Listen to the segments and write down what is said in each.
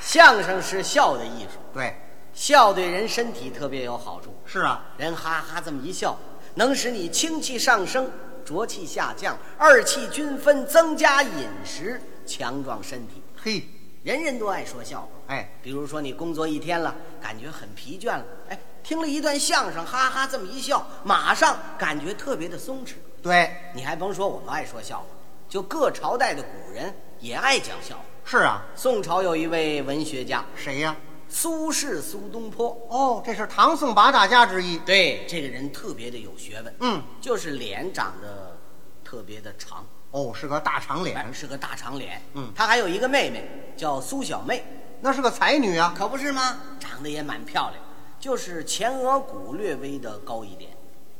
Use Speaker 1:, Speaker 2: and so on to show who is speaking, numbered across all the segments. Speaker 1: 相声是笑的艺术，
Speaker 2: 对，
Speaker 1: 笑对人身体特别有好处。
Speaker 2: 是啊，
Speaker 1: 人哈哈这么一笑，能使你清气上升，浊气下降，二气均分，增加饮食，强壮身体。
Speaker 2: 嘿，
Speaker 1: 人人都爱说笑话，
Speaker 2: 哎
Speaker 1: 比如说你工作一天了，感觉很疲倦了，哎，听了一段相声，哈哈这么一笑，马上感觉特别的松弛。
Speaker 2: 对，
Speaker 1: 你还甭说我们爱说笑话，就各朝代的古人也爱讲笑话。
Speaker 2: 是啊，
Speaker 1: 宋朝有一位文学家
Speaker 2: 谁呀、
Speaker 1: 苏轼苏东坡，
Speaker 2: 哦，这是唐宋八大家之一。
Speaker 1: 对这个人特别的有学问，
Speaker 2: 嗯，
Speaker 1: 就是脸长得特别的长，
Speaker 2: 哦，是个大长
Speaker 1: 哎
Speaker 2: 脸，
Speaker 1: 是个大长脸，
Speaker 2: 嗯
Speaker 1: 他还有一个妹妹叫苏小妹，
Speaker 2: 那是个才女啊。
Speaker 1: 可不是吗？长得也蛮漂亮，就是前额骨略微的高一点，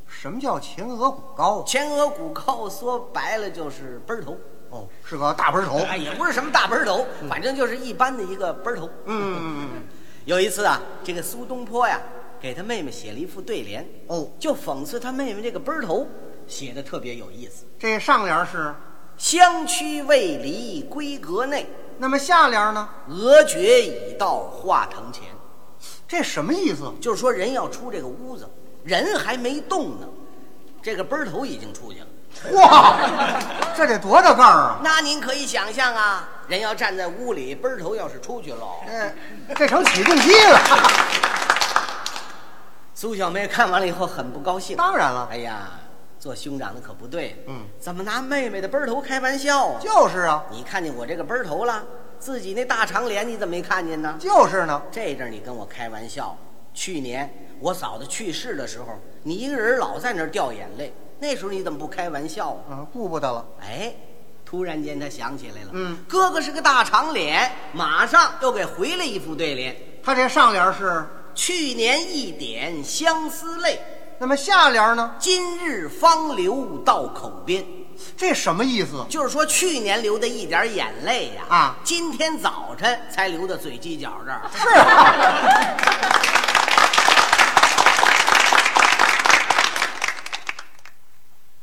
Speaker 2: 什么叫前额骨高？
Speaker 1: 前额骨高说白了就是奔儿头，
Speaker 2: 哦，是个大盆头。
Speaker 1: 哎，也不是什么大奔儿头，反正就是一般的一个奔儿头，
Speaker 2: 嗯嗯嗯
Speaker 1: 有一次啊，这个苏东坡呀，给他妹妹写了一副对联，
Speaker 2: 哦
Speaker 1: 就讽刺他妹妹这个奔儿头，写的特别有意思。
Speaker 2: 嗯，这上联是，
Speaker 1: 相去未离闺阁内，
Speaker 2: 那么下联呢？
Speaker 1: 额觉已到画堂前。
Speaker 2: 这什么意思？
Speaker 1: 就是说，人要出这个屋子，人还没动呢，这个奔儿头已经出去了。
Speaker 2: 哇，这得多大个儿啊！
Speaker 1: 那您可以想象啊，人要站在屋里，奔儿头要是出去喽。
Speaker 2: 哎，这成起重机了。
Speaker 1: 苏小妹看完了以后很不高兴，
Speaker 2: 当然了
Speaker 1: 哎呀，做兄长的可不对，
Speaker 2: 嗯，
Speaker 1: 怎么拿妹妹的奔儿头开玩笑啊？
Speaker 2: 就是啊，
Speaker 1: 你看见我这个奔儿头了，自己那大长脸你怎么没看见呢？
Speaker 2: 就是呢。
Speaker 1: 这阵儿你跟我开玩笑，去年我嫂子去世的时候，你一个人老在那儿掉眼泪，那时候你怎么不开玩笑啊？
Speaker 2: 嗯，顾不得了。
Speaker 1: 哎，突然间他想起来了，
Speaker 2: 嗯，
Speaker 1: 哥哥是个大长脸，马上又给回了一副对联：
Speaker 2: 他这上联是，
Speaker 1: 去年一点相思泪，
Speaker 2: 那么下联呢？
Speaker 1: 今日方流到口边。
Speaker 2: 这什么意思？
Speaker 1: 就是说，去年流的一点眼泪呀、
Speaker 2: 啊
Speaker 1: 今天早晨才流到嘴犄角这儿。
Speaker 2: 是啊，